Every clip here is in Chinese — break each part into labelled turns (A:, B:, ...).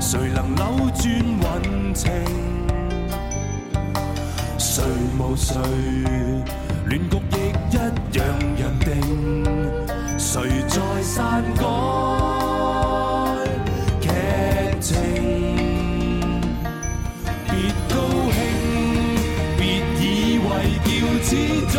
A: 谁能扭转运程？谁无谁，乱局亦一样人定。谁在篡改剧情？别高兴，别以为叫始祖，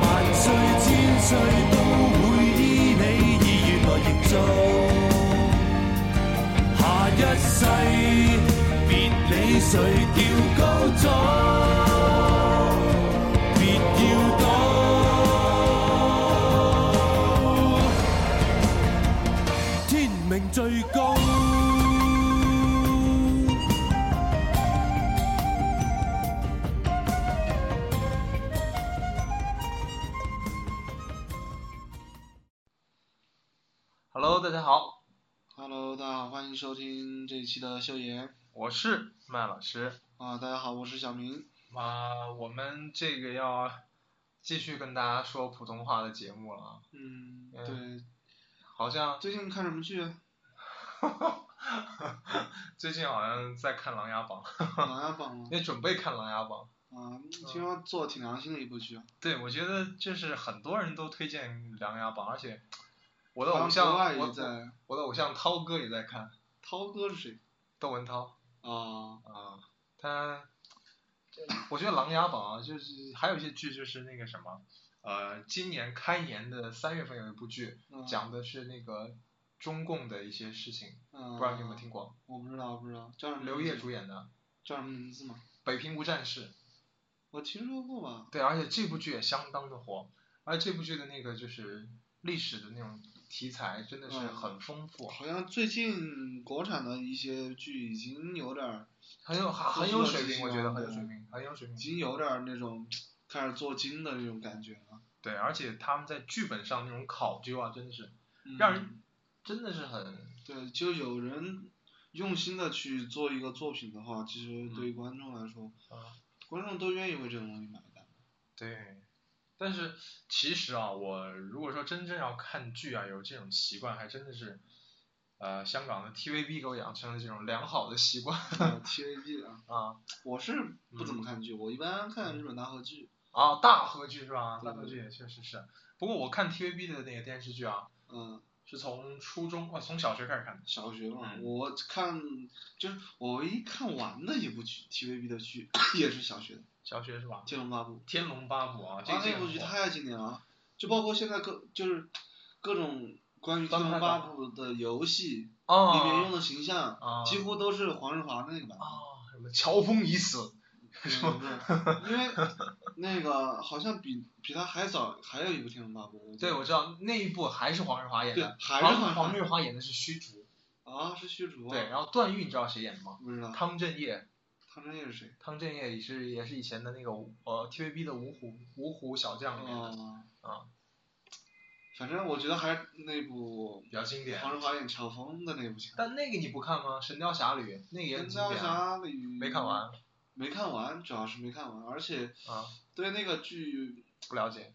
A: 萬歲千歲都會依你意願來營造。下一世，別理誰叫高祖，別要賭，天命最高。
B: Hello，大家好，
C: Hello，大家好，欢迎收听这一期的秀妍
B: 我是麦老师。
C: 啊，大家好，我是小明。
B: 啊，我们这个要继续跟大家说普通话的节目了啊，
C: 嗯，
B: 嗯
C: 对，
B: 好像
C: 最近看什么剧啊？
B: 最近好像在看《琅琊榜》，
C: 《琅琊榜》
B: 也准备看《琅琊榜》。
C: 啊，
B: 嗯
C: 听说做挺良心的一部剧啊，
B: 对，我觉得就是很多人都推荐《琅琊榜》，而且我的
C: 好
B: 偶
C: 像
B: 像
C: 国外
B: 我
C: 也在。
B: 我的偶像涛哥也在看，
C: 涛哥是谁？
B: 窦文涛
C: 啊，
B: 啊，他我觉得《琅琊榜》啊，就是还有一些剧就是那个什么，呃，今年开年的三月份有一部剧。
C: 嗯
B: 讲的是那个中共的一些事情，
C: 嗯，
B: 不知道你有没有听过？
C: 我不知道，不知道叫什么？
B: 刘烨主演的
C: 叫什么名字吗？
B: 《北平无战事》，
C: 我听说过吧？
B: 对，而且这部剧也相当的火，而这部剧的那个就是历史的那种题材真的是很丰富，
C: 好像最近国产的一些剧已经有点儿，
B: 很有很很有水平，我觉得很有
C: 对
B: 水平，很有水
C: 已
B: 平。
C: 经有点儿那种开始做精的那种感觉了。
B: 对，而且他们在剧本上那种考究啊，真的是
C: 嗯
B: 让人真的是很
C: 对，就有人用心的去做一个作品的话，其实对于观众来说，
B: 嗯啊，
C: 观众都愿意为这种东西买单。
B: 对。但是其实啊，我如果说真正要看剧啊，有这种习惯，还真的是，呃，香港的 TVB 给我养成了这种良好的习惯
C: TVB 啊，
B: 啊
C: 我是不
B: 嗯
C: 怎么看剧，我一般看日本大合剧。
B: 啊，大合剧是吧？
C: 对
B: 大合剧也确实是。不过我看 TVB 的那个电视剧啊，
C: 嗯，
B: 是从初中啊，从小学开始看的。
C: 小学嘛，
B: 嗯
C: 我看就是我唯一看完的一部剧 TVB 的剧也是小学的《
B: 小学是吧？
C: 天龙八部
B: 《天龙八部》啊，》这
C: 啊，
B: 这
C: 那
B: 个
C: 部剧
B: 很火
C: 太经典了啊，就包括现在各就是各种关于《天龙八部》的游戏里面用
B: 啊
C: 的形象，
B: 啊
C: 几乎都是黄日华那个版本。
B: 啊，什么乔峰已死，
C: 对嗯对，因为那个好像比比他还早，还有一部《天龙八部》我记
B: 对
C: 得。
B: 我知道那一部还是黄日华演
C: 对
B: 的，，
C: 还是
B: 黄黄
C: 黄黄
B: 日华演的是虚竹，
C: 啊，是虚竹啊。
B: 对，，然后段誉你知道谁演的吗？
C: 不知道
B: 汤镇业，
C: 汤镇业是谁？
B: 汤镇业也是也是以前的那个呃 TVB 的五虎五虎小将里面的
C: 啊，
B: 啊，
C: 反正我觉得还是那部
B: 比较经典。
C: 黄日华演乔峰的那部强。
B: 但那个你不看吗？《神雕侠侣》那个也很
C: 神
B: 经
C: 雕
B: 典啊，
C: 侠侣
B: 没看，完
C: 没看完，主要是没看完，而且
B: 啊，
C: 对那个剧，
B: 不了解，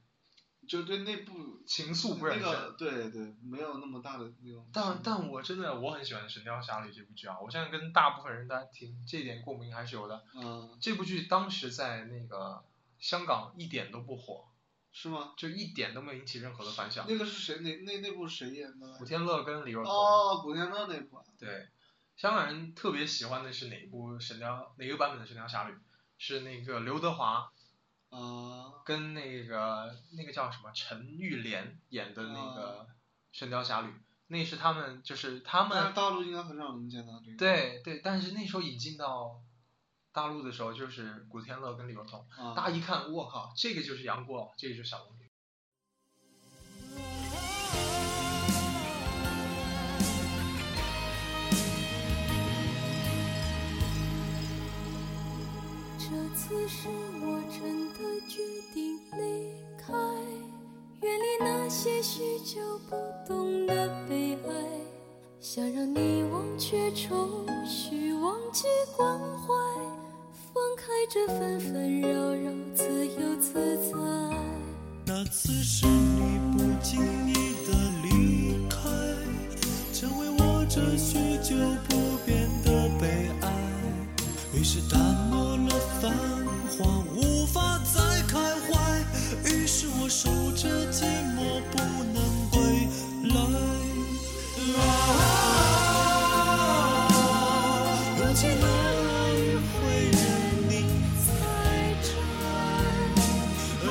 C: 就对那部
B: 情愫不
C: 那
B: 忍深。
C: 个对对，没有那么大的那种。
B: 但但我真的我很喜欢《神雕侠侣》这部剧啊，我现在跟大部分人大家挺这点共鸣还是有的。
C: 嗯，
B: 这部剧当时在那个香港一点都不火，
C: 是吗？
B: 就一点都没有引起任何的反响。
C: 那个是谁？那那那部是谁演的来着
B: 古？天乐跟李若彤，
C: 哦，古天乐那部啊，
B: 对，香港人特别喜欢的是哪一部《神雕》哪个版本的《神雕侠侣》？是那个刘德华
C: 啊，
B: 跟那个那个叫什么陈玉莲演的那
C: 啊
B: 个《神雕侠侣》，那是他们就是他
C: 但
B: 们
C: 是大陆应该很少能见到这个。
B: 对对，但是那时候引进到大陆的时候，就是古天乐跟李若彤，
C: 啊，
B: 大家一看，我靠，这个就是杨过，这个就是小龙女。
D: 这次是我真的决定离开，远离那些许久不懂的悲哀，想让你忘却愁绪，忘记关怀，放开这纷纷扰扰，自由自在。
A: 那次是你不经意的离开，成为我这许久不变的悲哀，于是淡漠了繁华，无法再开怀。于是我守着寂寞，不能归来。啊，有几轮会让你猜猜？啊，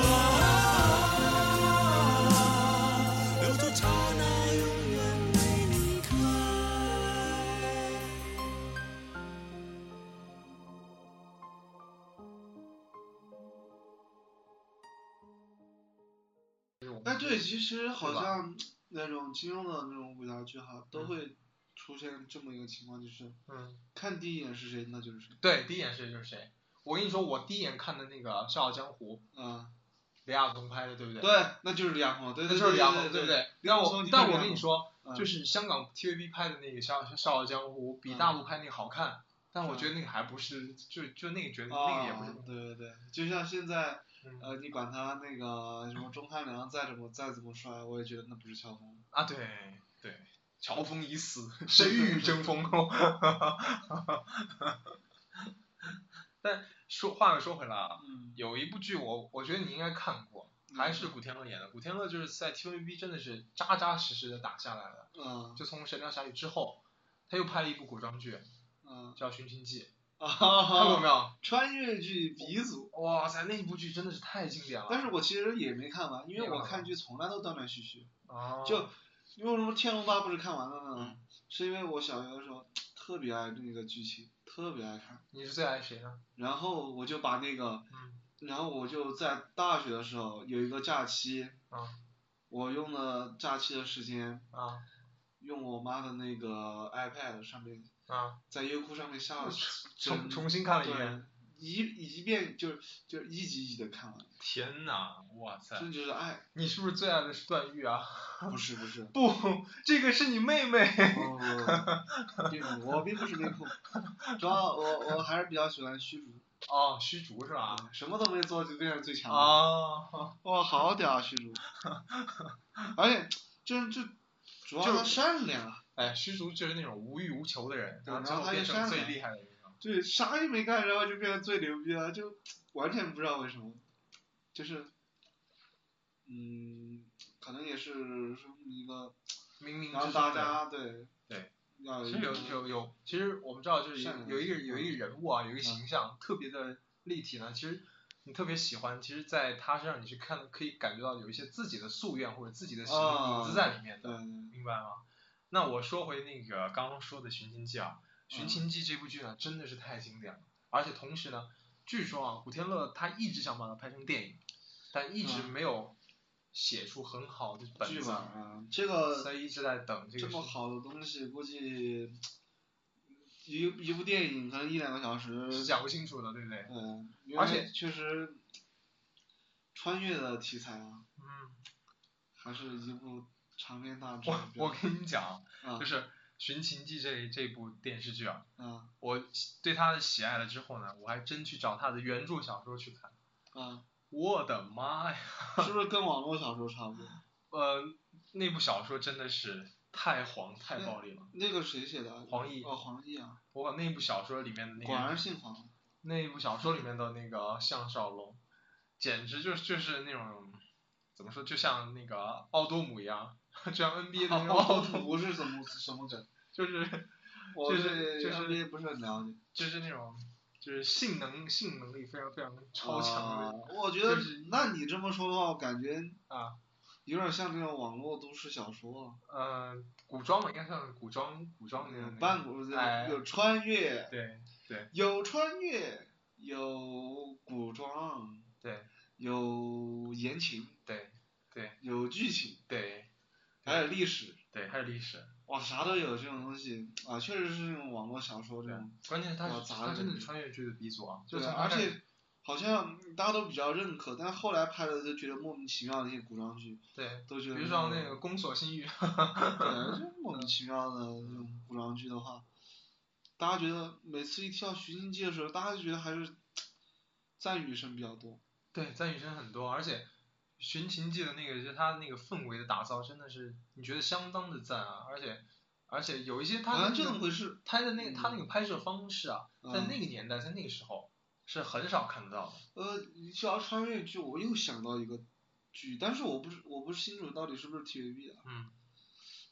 A: 留住刹那，永远为你开。
C: 哎，对，其实好
B: 对吧
C: 像那种金庸的那种武侠剧哈，都会出现这么一个情况，就是
B: 嗯，
C: 看第一眼是谁，那就是谁。
B: 对，第一眼谁就是谁。我跟你说，我第一眼看的那个《笑傲江湖》，
C: 啊，
B: 李亚鹏拍的，对不对？
C: 对，那就是李亚鹏，对
B: 那
C: 对
B: 就是李亚鹏，
C: 对
B: 不
C: 对
B: 对？但
C: 李亚
B: 我
C: 鹏
B: 但我跟你说，
C: 嗯
B: 就是香港 TVB 拍的那个《笑笑傲江湖》，比大陆拍那个好看，但我觉得那个还不是，就就那个觉得那个也不
C: 啊
B: 是，，
C: 对对对，就像现在，
B: 嗯
C: 呃，你管他那个什么钟汉良再怎么再怎么帅，我也觉得那不是乔峰。
B: 啊，对对，乔峰已死，谁与争 锋？但说话又说回来啊，
C: 嗯，
B: 有一部剧我我觉得你应该看过，还是古天乐演的。古天乐就是在 TVB 真的是扎扎实实的打下来了，
C: 嗯
B: 就从《神雕侠侣》之后，他又拍了一部古装剧
C: 嗯
B: 叫《寻秦记》，
C: 啊，
B: 看过没有？
C: 穿越剧鼻祖。
B: 哦哇塞，那部剧真的是太经典了。
C: 但是我其实也没看完，因为
B: 没看
C: 我
B: 完
C: 看剧从来都断断续续。
B: 哦，
C: 就因为为什么《天龙八部》不是看完了呢
B: 嗯？
C: 是因为我小学的时候特别爱那个剧情，特别爱看，
B: 你是最爱谁呢？
C: 然后我就把那个，
B: 嗯
C: 然后我就在大学的时候有一个假期，
B: 啊
C: 我用了假期的时间，
B: 啊
C: 用我妈的那个 iPad 上面，
B: 啊！
C: 在优酷上面下了
B: 重
C: 整
B: 重新看了一遍，
C: 对一一遍就是就是一集一集的看完，
B: 天哪，哇塞！
C: 真的就是爱，
B: 你是不是最爱的是段誉啊？
C: 不是不是，
B: 不，这个是你妹妹。
C: 不不 不，并不我并哦不是内控，主要我我还是比较喜欢虚竹。
B: 哦，虚竹是吧？
C: 什么都没做就变成最
B: 啊
C: 强了。
B: 哦，
C: 哇，好屌啊，虚竹！而且就是就主要
B: 就是
C: 他善良啊，
B: 哎，虚竹就是那种无欲无求的人，
C: 对
B: 然后最
C: 然后
B: 后
C: 他就
B: 变成
C: 上
B: 最
C: 来
B: 厉害的人了。
C: 对，啥也没干，然后就变得最牛逼了，就完全不知道为什么，就是，嗯，可能也是说明一个
B: 冥冥
C: 让
B: 之中
C: 大
B: 的，
C: 家对
B: 对
C: 要
B: 其
C: 一
B: 实有
C: 个
B: 有有，其实我们知道就是有
C: 善良嗯
B: 有一个有一个人物啊，有一个形象特别的立体呢，其实。你特别喜欢，其实，在他身上你是看可以感觉到有一些自己的夙愿或者自己的影
C: 啊
B: 子在里面的。
C: 对对
B: 明白吗？那我说回那个刚刚说的《寻秦记》啊，《
C: 嗯
B: 寻秦记》这部剧呢，真的是太经典了，而且同时呢，据说啊，古天乐他一直想把它拍成电影，但一直
C: 嗯
B: 没有写出很好的本
C: 剧
B: 子
C: 本，啊，这个
B: 所以一直在等这
C: 这
B: 个事
C: 么
B: 情。
C: 好的东西，估计一一部电影可能一两个小时
B: 是讲不清楚的，对不对？
C: 嗯，因
B: 而
C: 为
B: 且
C: 确实穿越的题材啊，
B: 嗯，
C: 还是一部长篇大志。
B: 我我跟你讲，
C: 啊
B: 就是《寻秦记》这这部电视剧啊，
C: 啊
B: 我对它的喜爱了之后呢，我还真去找它的原著小说去看，
C: 啊，
B: 我的妈呀！
C: 是不是跟网络小说差不多？
B: 呃，那部小说真的是太黄太暴力了。
C: 那个谁写的？
B: 黄奕
C: 哦，黄奕啊，
B: 我把那部小说里面的那
C: 果
B: 个哦
C: 然姓黄。
B: 那部小说里面的那个项少龙，简直就是就是那种怎么说，就像那个奥多姆一样， 就像 NBA 的那 种奥
C: 哦，
B: 多姆，
C: 不是什么什么梗，
B: 就是
C: 我
B: 就是
C: 对
B: 就是
C: NBA 不是很了解。
B: 就是那种就是性能性能力非常非常超强的
C: 啊
B: 那种
C: 我觉
B: 就
C: 得
B: 是，
C: 那你这么说的话，我感觉
B: 啊，
C: 有点像那种网络都市小说啊，
B: 呃，古装嘛，应该算是古装古装的那种
C: 嗯半古
B: 哎
C: 有穿越，
B: 对对
C: 有穿越，有古装，
B: 对
C: 有言情，
B: 对
C: 有剧情，
B: 对
C: 还有历史，
B: 对，还有历史。
C: 哇，啥都有这种东西啊，确实是那种网络小说这
B: 对
C: 种，，
B: 关键是他
C: 比较
B: 是
C: 杂
B: 他
C: 的
B: 真的
C: 感
B: 是
C: 觉
B: 穿越剧的鼻祖啊，就
C: 对
B: 是
C: 啊，
B: 从
C: 而
B: 他开始
C: 且好像大家都比较认可，但后来拍的都觉得莫名其妙的一些古装剧，
B: 对，
C: 都觉
B: 比
C: 得嗯
B: 如说那个《宫锁心玉》
C: 对，就莫名其妙的那种古装剧的话，大家觉得每次一提到《寻秦记》的时候，大家觉得还是赞誉声比较多，
B: 对，赞誉声很多，而且《寻秦记》的那个就是他那个氛围的打造真的是你觉得相当的赞啊，而且而且有一些他
C: 好
B: 的
C: 像就
B: 那
C: 那么
B: 个
C: 回事。
B: 他的那个他那
C: 嗯
B: 个拍摄方式啊，在那个年代，在那个时候是很少看得到的。
C: 呃，你只要穿越剧，我又想到一个剧，但是我不是我不是清楚到底是不是 TVB 的，
B: 嗯
C: 啊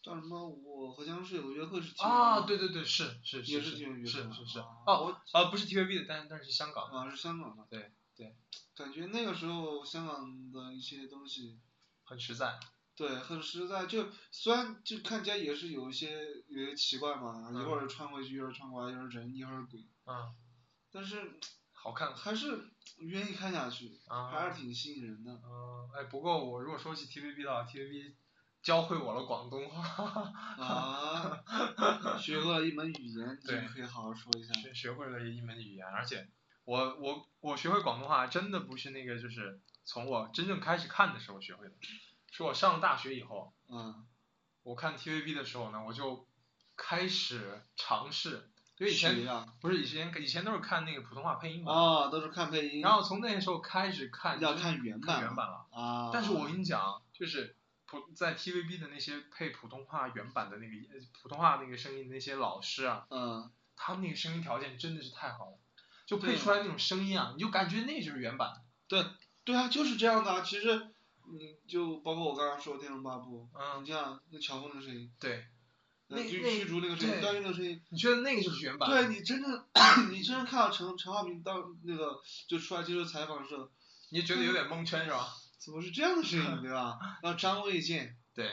C: 叫什么？我和僵尸有个约会是 TVB
B: 啊，
C: 的
B: 对对对，是是
C: 也
B: 是
C: 是 TVB 的
B: 是
C: 吧
B: 是是
C: 啊
B: 哦啊，不是 TVB 的，但但是香港的
C: 啊，是香港的。
B: 对对，
C: 感觉那个时候香港的一些东西，
B: 很实在。
C: 对，很实在。就虽然就看起来也是有一些有些奇怪嘛，一
B: 嗯
C: 会儿穿回去，一会儿穿过来，一会儿人，一会儿鬼，
B: 嗯，
C: 但是
B: 好看
C: 还是愿意看下去，
B: 啊，
C: 还是挺吸引人的。
B: 嗯，哎，不过我如果说起 TVB 的话，TVB 教会我了广东话，
C: 啊，学会了一门语言，你就
B: 对
C: 可以好好说一下。
B: 学学会了一门语言，而且我我我学会广东话真的不是那个，就是从我真正开始看的时候学会的，是我上了大学以后，
C: 嗯，
B: 我看 TVB 的时候呢，我就开始尝试，因为以
C: 学
B: 前
C: 呀
B: 不是以前以前都是看那个普通话配音版，
C: 啊，都是看配音，
B: 然后从那个时候开始看
C: 要
B: 就是
C: 看原版
B: 看原
C: 嘛
B: 版了。
C: 啊，
B: 但是我跟你讲，就是普在 TVB 的那些配普通话原版的那个呃普通话那个声音的那些老师啊，
C: 嗯，
B: 他们那个声音条件真的是太好了，就
C: 对
B: 配出来那种声音啊，你就感觉那就是原版。
C: 对啊，就是这样的啊。其实，嗯，就包括我刚刚说的《天龙八部》，
B: 嗯
C: 你，像那乔峰那个声音，
B: 对，
C: 呃
B: 那
C: 驱
B: 那
C: 驱逐那个声音，
B: 对
C: 段誉那个声音，
B: 你觉得那个就是原版？
C: 对，你真正 你真正看到陈陈浩民到那个就出来接受采访的时候，
B: 你觉得有点蒙圈是吧？
C: 怎么是这样的声音，对 吧？然后张卫健，
B: 对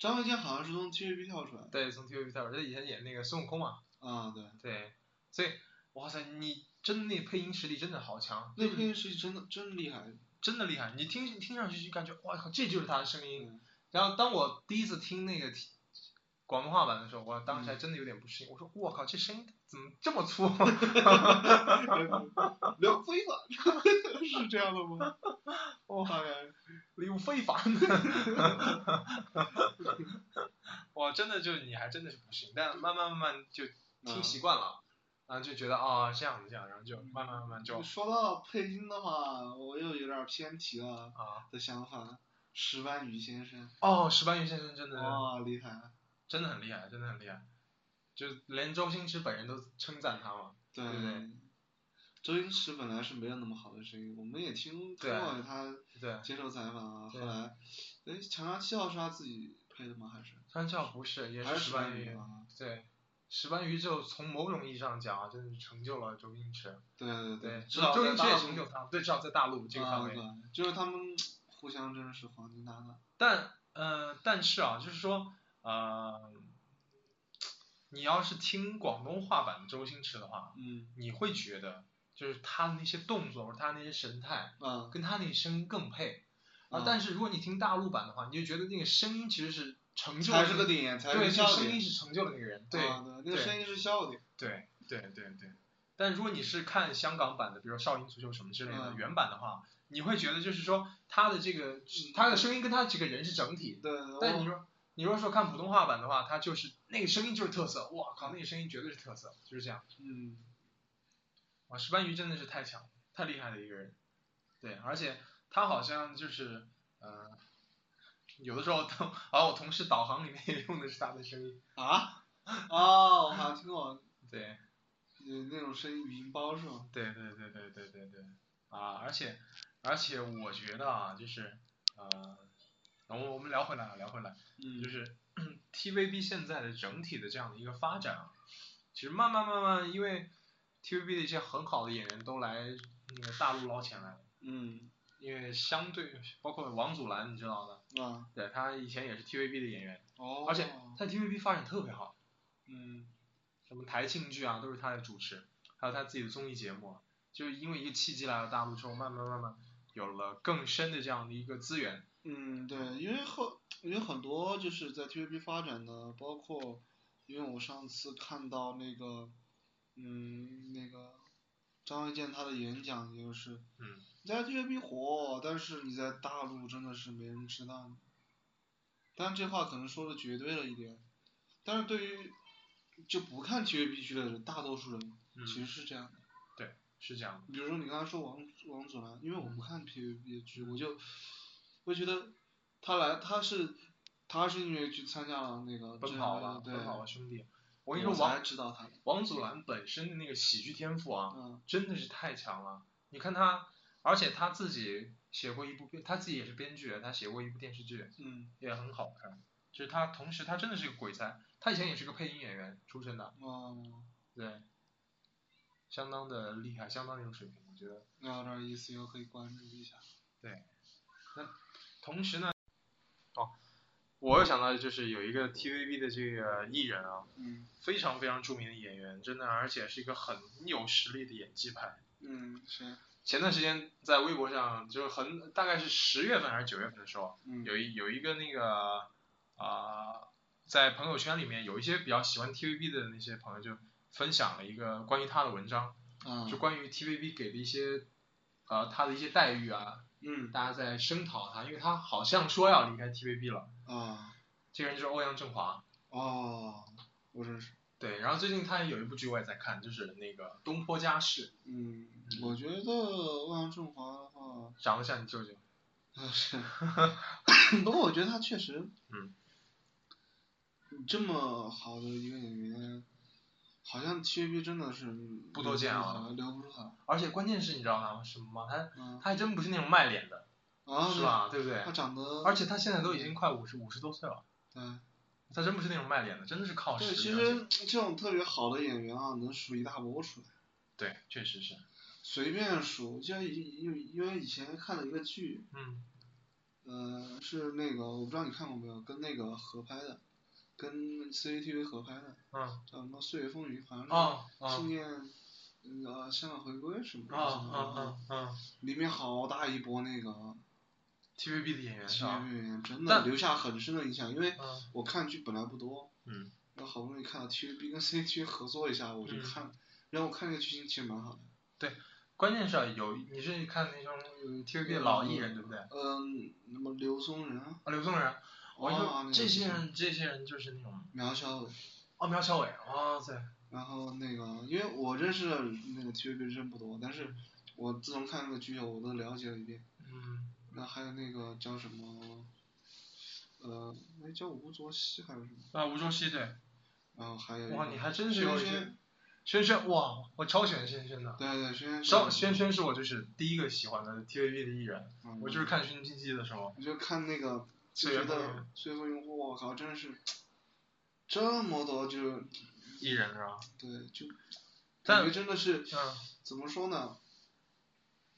C: 张卫健好像是从 TVB 跳出来的
B: 对，从 TVB 开始，他以前演那个孙悟空嘛，
C: 啊，对，
B: 对，所以哇塞，你真的那配音实力真的好强，
C: 那配音是真的真厉害，
B: 真的厉害，你听听上去就感觉哇靠，这就是他的声音。
C: 嗯
B: 然后当我第一次听那个提广东话版的时候，我当时还真的有点不适应，我说我靠，这声音怎么这么粗？啊
C: 刘非凡 是这样的吗？
B: 哇，
C: 大概，
B: 刘非凡， 哇，真的就是你还真的是不适应，但慢慢慢慢就
C: 嗯
B: 听习惯了，然后就觉得啊、这样子这样，然后就慢慢慢慢就
C: 说到配音的话，我又有点偏题了
B: 啊
C: 的想法，石斑鱼先生，
B: 哦，石斑鱼先生真的、
C: 哇，厉害！
B: 真的很厉害，真的很厉害，就连周星驰本人都称赞他嘛，
C: 对
B: 对不对
C: 周星驰本来是没有那么好的声音，我们也听
B: 对
C: 听过他
B: 对，
C: 接受采访啊。后
B: 对
C: 来，哎，《长江七号》是他自己配的吗？还是
B: 川教不是也
C: 还
B: 是
C: 是
B: 石斑
C: 鱼
B: 鱼。
C: 啊？
B: 对，石斑鱼就从某种意义上讲啊，真的是成就了周星驰。
C: 对对
B: 对，
C: 至少
B: 周
C: 在
B: 星驰
C: 大
B: 也
C: 陆
B: 成就他，对，至少在大陆这个
C: 啊
B: 范围。
C: 对就是他们互相真的是黄金搭档。
B: 但呃，但是啊，就是说呃，你要是听广东话版的周星驰的话，
C: 嗯
B: 你会觉得就是他的那些动作或者他那些神态，
C: 啊，
B: 跟他那声音更配。啊
C: 嗯，
B: 但是如果你听大陆版的话，你就觉得那个声音其实是成就了
C: 才是
B: 那
C: 个点，才是
B: 对，那
C: 个
B: 个
C: 笑
B: 声音
C: 点。
B: 是成就了那个人，对，
C: 啊对，那个
B: 对
C: 声音是笑点。
B: 对对对对，但如果你是看香港版的，比如《少林足球》什么之类的、
C: 嗯
B: 原版的话，你会觉得就是说他的这个他的声音跟他这个人是整体，
C: 对，哦
B: 但
C: 我
B: 你说你如果说看普通话版的话，他就是那个声音就是特色，哇靠，那个声音绝对是特色，就是这样。
C: 嗯，
B: 哇，石斑鱼真的是太强，太厉害的一个人，对，而且他好像就是呃，有的时候都，啊，我同事导航里面也用的是他的声音，
C: 啊哦，我好像听过
B: 对。
C: 有那种声音语音包是吗？
B: 对对对对对对对，啊，而且而且我觉得啊，就是呃，我们我们聊回来啊，聊回来，
C: 嗯，
B: 就是 TVB 现在的整体的这样的一个发展啊，其实慢慢慢慢，因为 TVB 的一些很好的演员都来那个大陆捞钱来了，
C: 嗯
B: 因为相对包括王祖蓝，你知道的，
C: 啊
B: 对他以前也是 TVB 的演员，
C: 哦，
B: 而且在 TVB 发展特别好，
C: 嗯。
B: 什么台庆剧啊，都是他来主持，还有他自己的综艺节目啊，就是因为一个契机来了大陆之后，慢慢慢慢有了更深的这样的一个资源。
C: 嗯，对，因为后因为很多就是在 TVB 发展的，包括因为我上次看到那个，嗯，那个张卫健他的演讲，也就是
B: 嗯，
C: 你在 TVB 火，但是你在大陆真的是没人知道你。但这话可能说的绝对了一点，但是对于就不看 TVB 剧的人，大多数人
B: 嗯
C: 其实是这样的。
B: 对，是这样的。
C: 比如说你刚才说王王祖蓝，因为我不看 PVB 的剧，我就会觉得他来他是他是因为去参加了那个
B: 奔
C: 真
B: 跑
C: 人
B: 吧，
C: 对，
B: 奔跑吧兄弟。我
C: 我
B: 跟你说，
C: 才
B: 王
C: 知道他的，
B: 王祖蓝本身的那个喜剧天赋啊，
C: 嗯，
B: 真的是太强了。你看他，而且他自己写过一部，他自己也是编剧，他写过一部电视剧，
C: 嗯，
B: 也很好看。就是他，同时他真的是个鬼才，他以前也是个配音演员出身的，
C: 哦，
B: 对，相当的厉害，相当有水平，我觉得。
C: 那有点意思，以后可以关注一下。
B: 同时呢，哦，我又想到就是有一个 TVB 的这个艺人啊，
C: 嗯
B: 非常非常著名的演员，真的，而且是一个很有实力的演技派。
C: 嗯，谁？
B: 前段时间在微博上，就是很大概是十月份还是九月份的时候，
C: 嗯，
B: 有一有一个那个啊、在朋友圈里面有一些比较喜欢 TVB 的那些朋友就分享了一个关于他的文章，
C: 嗯
B: 就关于 TVB 给的一些呃他的一些待遇啊，
C: 嗯
B: 大家在声讨他，因为他好像说要离开 TVB 了。
C: 啊
B: 这个人就是欧阳震华，
C: 哦，我认识。
B: 对。然后最近他有一部剧我也在看，就是那个《东坡家世》。
C: 嗯，我觉得欧阳震华的话，啊
B: 长得像你舅舅。
C: 是，不过我觉得他确实，
B: 嗯，
C: 这么好的一个演员，好像 TVB 真的是
B: 不多见啊
C: 留不住他，
B: 而且关键是，你知道他什么吗？他
C: 嗯，
B: 他还真不是那种卖脸的，
C: 啊，
B: 是吧？哦对不
C: 对？
B: 对
C: 他？长得，
B: 而且他现在都已经快五十五十多岁了，
C: 对，
B: 他真不是那种卖脸的，真的是靠实
C: 对，
B: 力。
C: 其
B: 而且
C: 实这种特别好的演员啊，能数一大波出来，
B: 对，确实是，
C: 随便数，就像以因因为以前看了一个剧，
B: 嗯，
C: 呃，是那个我不知道你看过没有，跟那个合拍的，跟 CCTV 合拍的，
B: 嗯，
C: 叫什么《岁月风云》，好像是
B: 哦
C: 纪
B: 哦
C: 念那个香港回归什么
B: 哦
C: 的，
B: 哦哦哦
C: 里面好大一波那个
B: TVB 的演员是
C: 新
B: 吧？
C: 演员，真的
B: 但
C: 留下很深的印象。因为
B: 嗯
C: 我看剧本来不多，
B: 嗯，
C: 然后好不容易看到 TVB 跟 CCTV 合作一下，我就
B: 嗯
C: 看，然后我看这个剧情其实蛮好的。
B: 关键是啊有你是看那种呃 TVB 的老艺人对不对？啊，
C: 嗯，那么刘松仁啊，
B: 刘宗仁，我跟你
C: 啊
B: 说，这些，
C: 那个
B: 人这些人就是那种
C: 苗小伟，
B: 哦，苗侨伟，哇塞，
C: 然后那个，因为我认识的那个 TVB 真不多，但是我自从看那个剧以后，我都了解了一遍。
B: 嗯，
C: 然后还有那个叫什么，呃，那叫吴卓羲还是什么？
B: 啊，吴卓羲对，
C: 然后还有一
B: 哇，
C: 个
B: 你还真是有一
C: 轩
B: 些
C: 轩，
B: 轩轩，哇，我超喜欢轩轩的。
C: 对对，轩轩是
B: 稍轩，轩是我就是第一个喜欢的 TVB 的艺人，
C: 嗯
B: 我就是看《寻秦记》的时候，
C: 我就看那个就
B: 岁月
C: 觉
B: 风
C: 得
B: 云
C: 《岁月风云》，我靠，真的是这么多就
B: 艺人是吧？
C: 对就感
B: 但
C: 觉真的是
B: 嗯
C: 怎么说呢？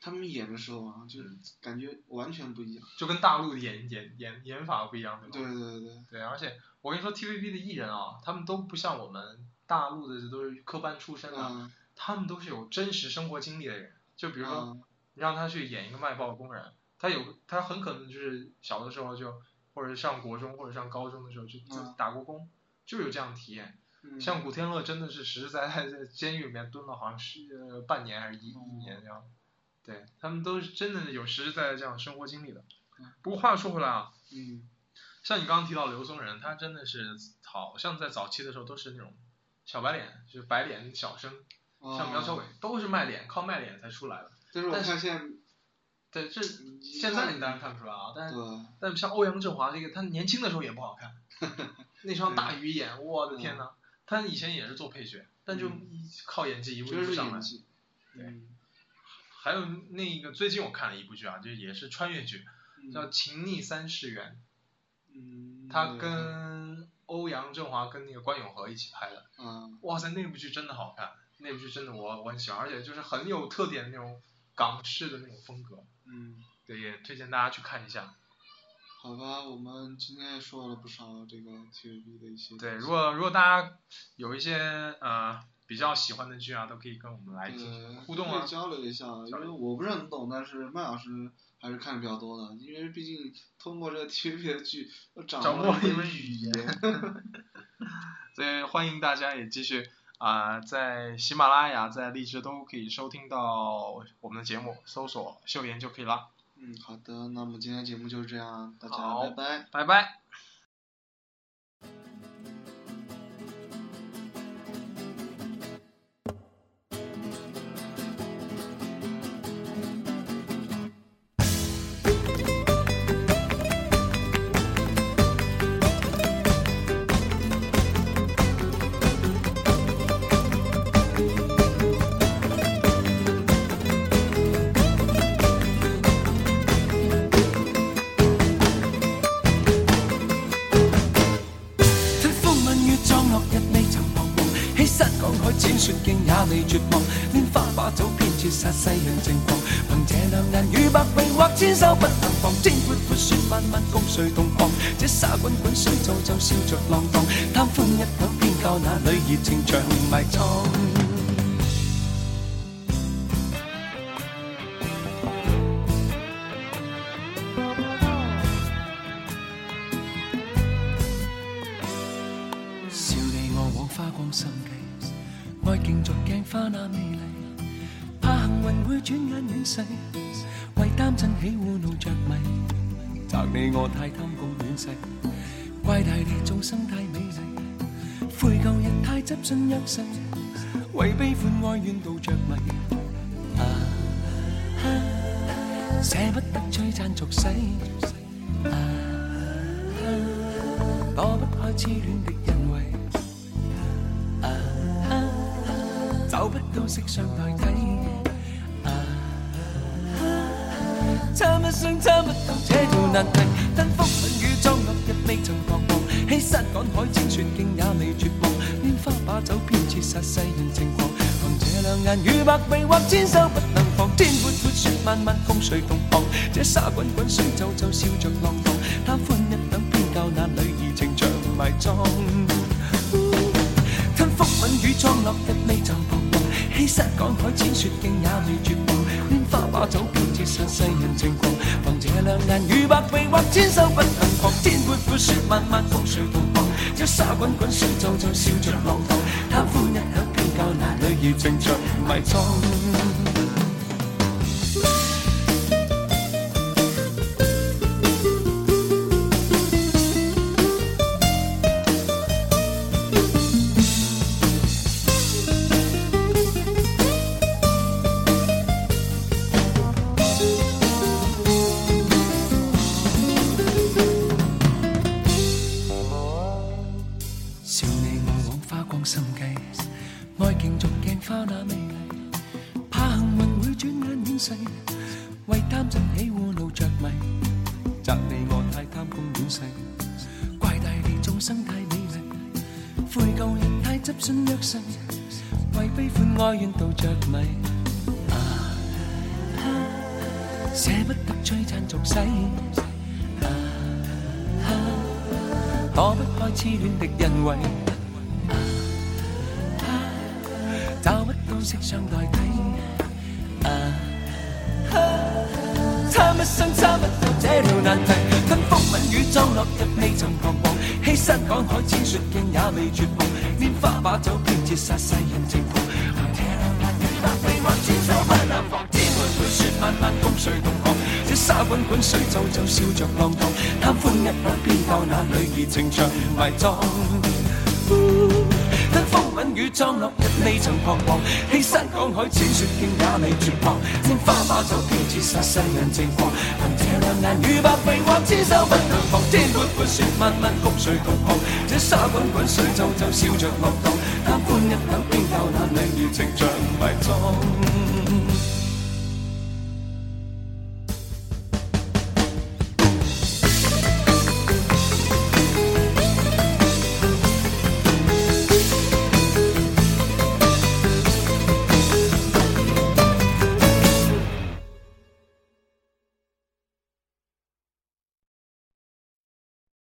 C: 他们演的时候啊，就
B: 嗯
C: 感觉完全不一样。
B: 就跟大陆的演演演演法不一样，对
C: 对
B: 吧？
C: 对对对，
B: 对，而且我跟你说，TVB 的艺人啊，他们都不像我们大陆的都是科班出身的，
C: 嗯
B: 他们都是有真实生活经历的人。就比如说，
C: 嗯
B: 你让他去演一个卖报工人，他有他很可能就是小的时候就，或者上国中或者上高中的时候就就
C: 嗯
B: 打过工，就有这样的体验。
C: 嗯，
B: 像古天乐真的是实实在在在监狱里面蹲了好像是、呃、半年还是一一
C: 哦
B: 年这样，对他们都是真的有实实在在这样的生活经历的
C: 嗯。
B: 不过话说回来啊，
C: 嗯
B: 像你刚刚提到刘松仁，他真的是好像在早期的时候都是那种小白脸，就是白脸小生，像苗侨伟
C: 哦
B: 都是卖脸，靠卖脸才出来的。
C: 但是我
B: 但是
C: 看现在
B: 对，这
C: 嗯
B: 现在你当然看不出来啊，但是
C: 对
B: 但像欧阳震华这个，他年轻的时候也不好 看，那双大鱼眼，我的天呐，他以前也是做配角，但就
C: 嗯
B: 一靠演技一步一
C: 真
B: 步
C: 是
B: 上
C: 演
B: 来。
C: 技，
B: 对
C: 嗯
B: 还有那个最近我看了一部剧啊，就也是穿越剧，
C: 嗯
B: 叫《情逆三世缘
C: 嗯》，，
B: 他
C: 对
B: 跟欧阳震华跟那个关咏荷一起拍的。
C: 嗯
B: 哇塞，那部剧真的好看，那部剧真的我我很喜欢，而且就是很有特点的那种港式的那种风格。
C: 嗯，
B: 对，也推荐大家去看一下。
C: 好吧，我们今天也说了不少这个 TVB 的一些
B: 对，
C: 东
B: 如
C: 西
B: 果如果大家有一些呃比较喜欢的剧啊，都可以跟我们来进
C: 对
B: 行互动
C: 可
B: 啊
C: 以。交流一下，因为我不是很懂，但是麦老师还是看的比较多的，因为毕竟通过这个 TVB 的剧，我掌
B: 掌
C: 握
B: 握
C: 了
B: 了一
C: 一门
B: 门
C: 语
B: 语
C: 言。
B: 所以欢迎大家也继续啊、在喜马拉雅、在荔枝都可以收听到我们的节目，搜索“秀妍”就可以了。
C: 嗯，好的，那么今天节目就是这样，大家
B: 好
C: 拜拜。
B: 拜拜。
A: 我
E: 欺山趕海，剪雪徑也未絕望。拈花把酒編切煞西洋正光。憑這兩眼與百臂或千手不能防。蒸潑潑雪漫漫共誰同航？這沙滾滾水皺皺笑着浪蕩。貪歡一晌偏教那裏熱情長埋葬。笑你我枉花光心機，愛競逐鏡花那美麗，怕幸運會轉眼遠逝，為擔爭起污怒着迷，責你我太貪共戀世，怪大地眾生太美麗，悔舊日太執信優勢，為悲歡哀怨到着迷。啊哈捨不得摧殘俗世，啊哈躲不開痴戀的人為，啊哈找不到色相代替，啊哈參一生參不透這條難題，但風雨與裝落日未曾彷徨，欺山趕海千雪徑也未絕望，拈花把酒偏折煞世人情狂，憑這兩眼與百臂或千手不能防，天闊闊雪漫漫共誰同航，這沙滾滾水皺皺笑着浪蕩，貪歡一晌偏教那女兒情長埋葬。吞福吻雨葬落日未曾彷徨，欺山趕海千雪徑也未絕望，拈花把酒偏折煞世人情狂，憑這兩眼與百臂或千手不能防，天闊闊雪漫漫風水同航，朝沙滾滾水皺皺笑着浪蕩，貪歡一刻偏教那女兒情像迷蹤。笑你我枉花光心計，愛競逐鏡花那美麗，怕幸運會轉眼遠逝，為貪真起污怒着迷，責你我太貪功遠世，怪大地眾生太美麗，悔舊日太執信約誓，為悲歡哀怨到着迷，啊，捨不得摧殘俗世，啊。躲不開痴戀的人為，啊找不到色相代替。啊啊參一生參不透這條難題，吞風吻雨裝落日未曾彷徨，欺山趕海千雪徑也未絕望，拈花把酒偏折煞世人情狂。憑這兩眼與百臂或千手不能防，天會會雪漫漫共誰同航？這沙滾滾水皺皺笑着浪蕩，貪歡一晌偏教那女兒情長埋葬。跟風吻雨葬落日未曾彷徨，欺山趕海千雪徑也未絕望，拈花把酒偏折煞世人情狂，憑這兩眼與百臂或千手不能防，天闊闊雪漫漫共誰同航？這沙滾滾水皺皺笑着浪蕩，貪歡一晌偏教那女兒情長埋葬。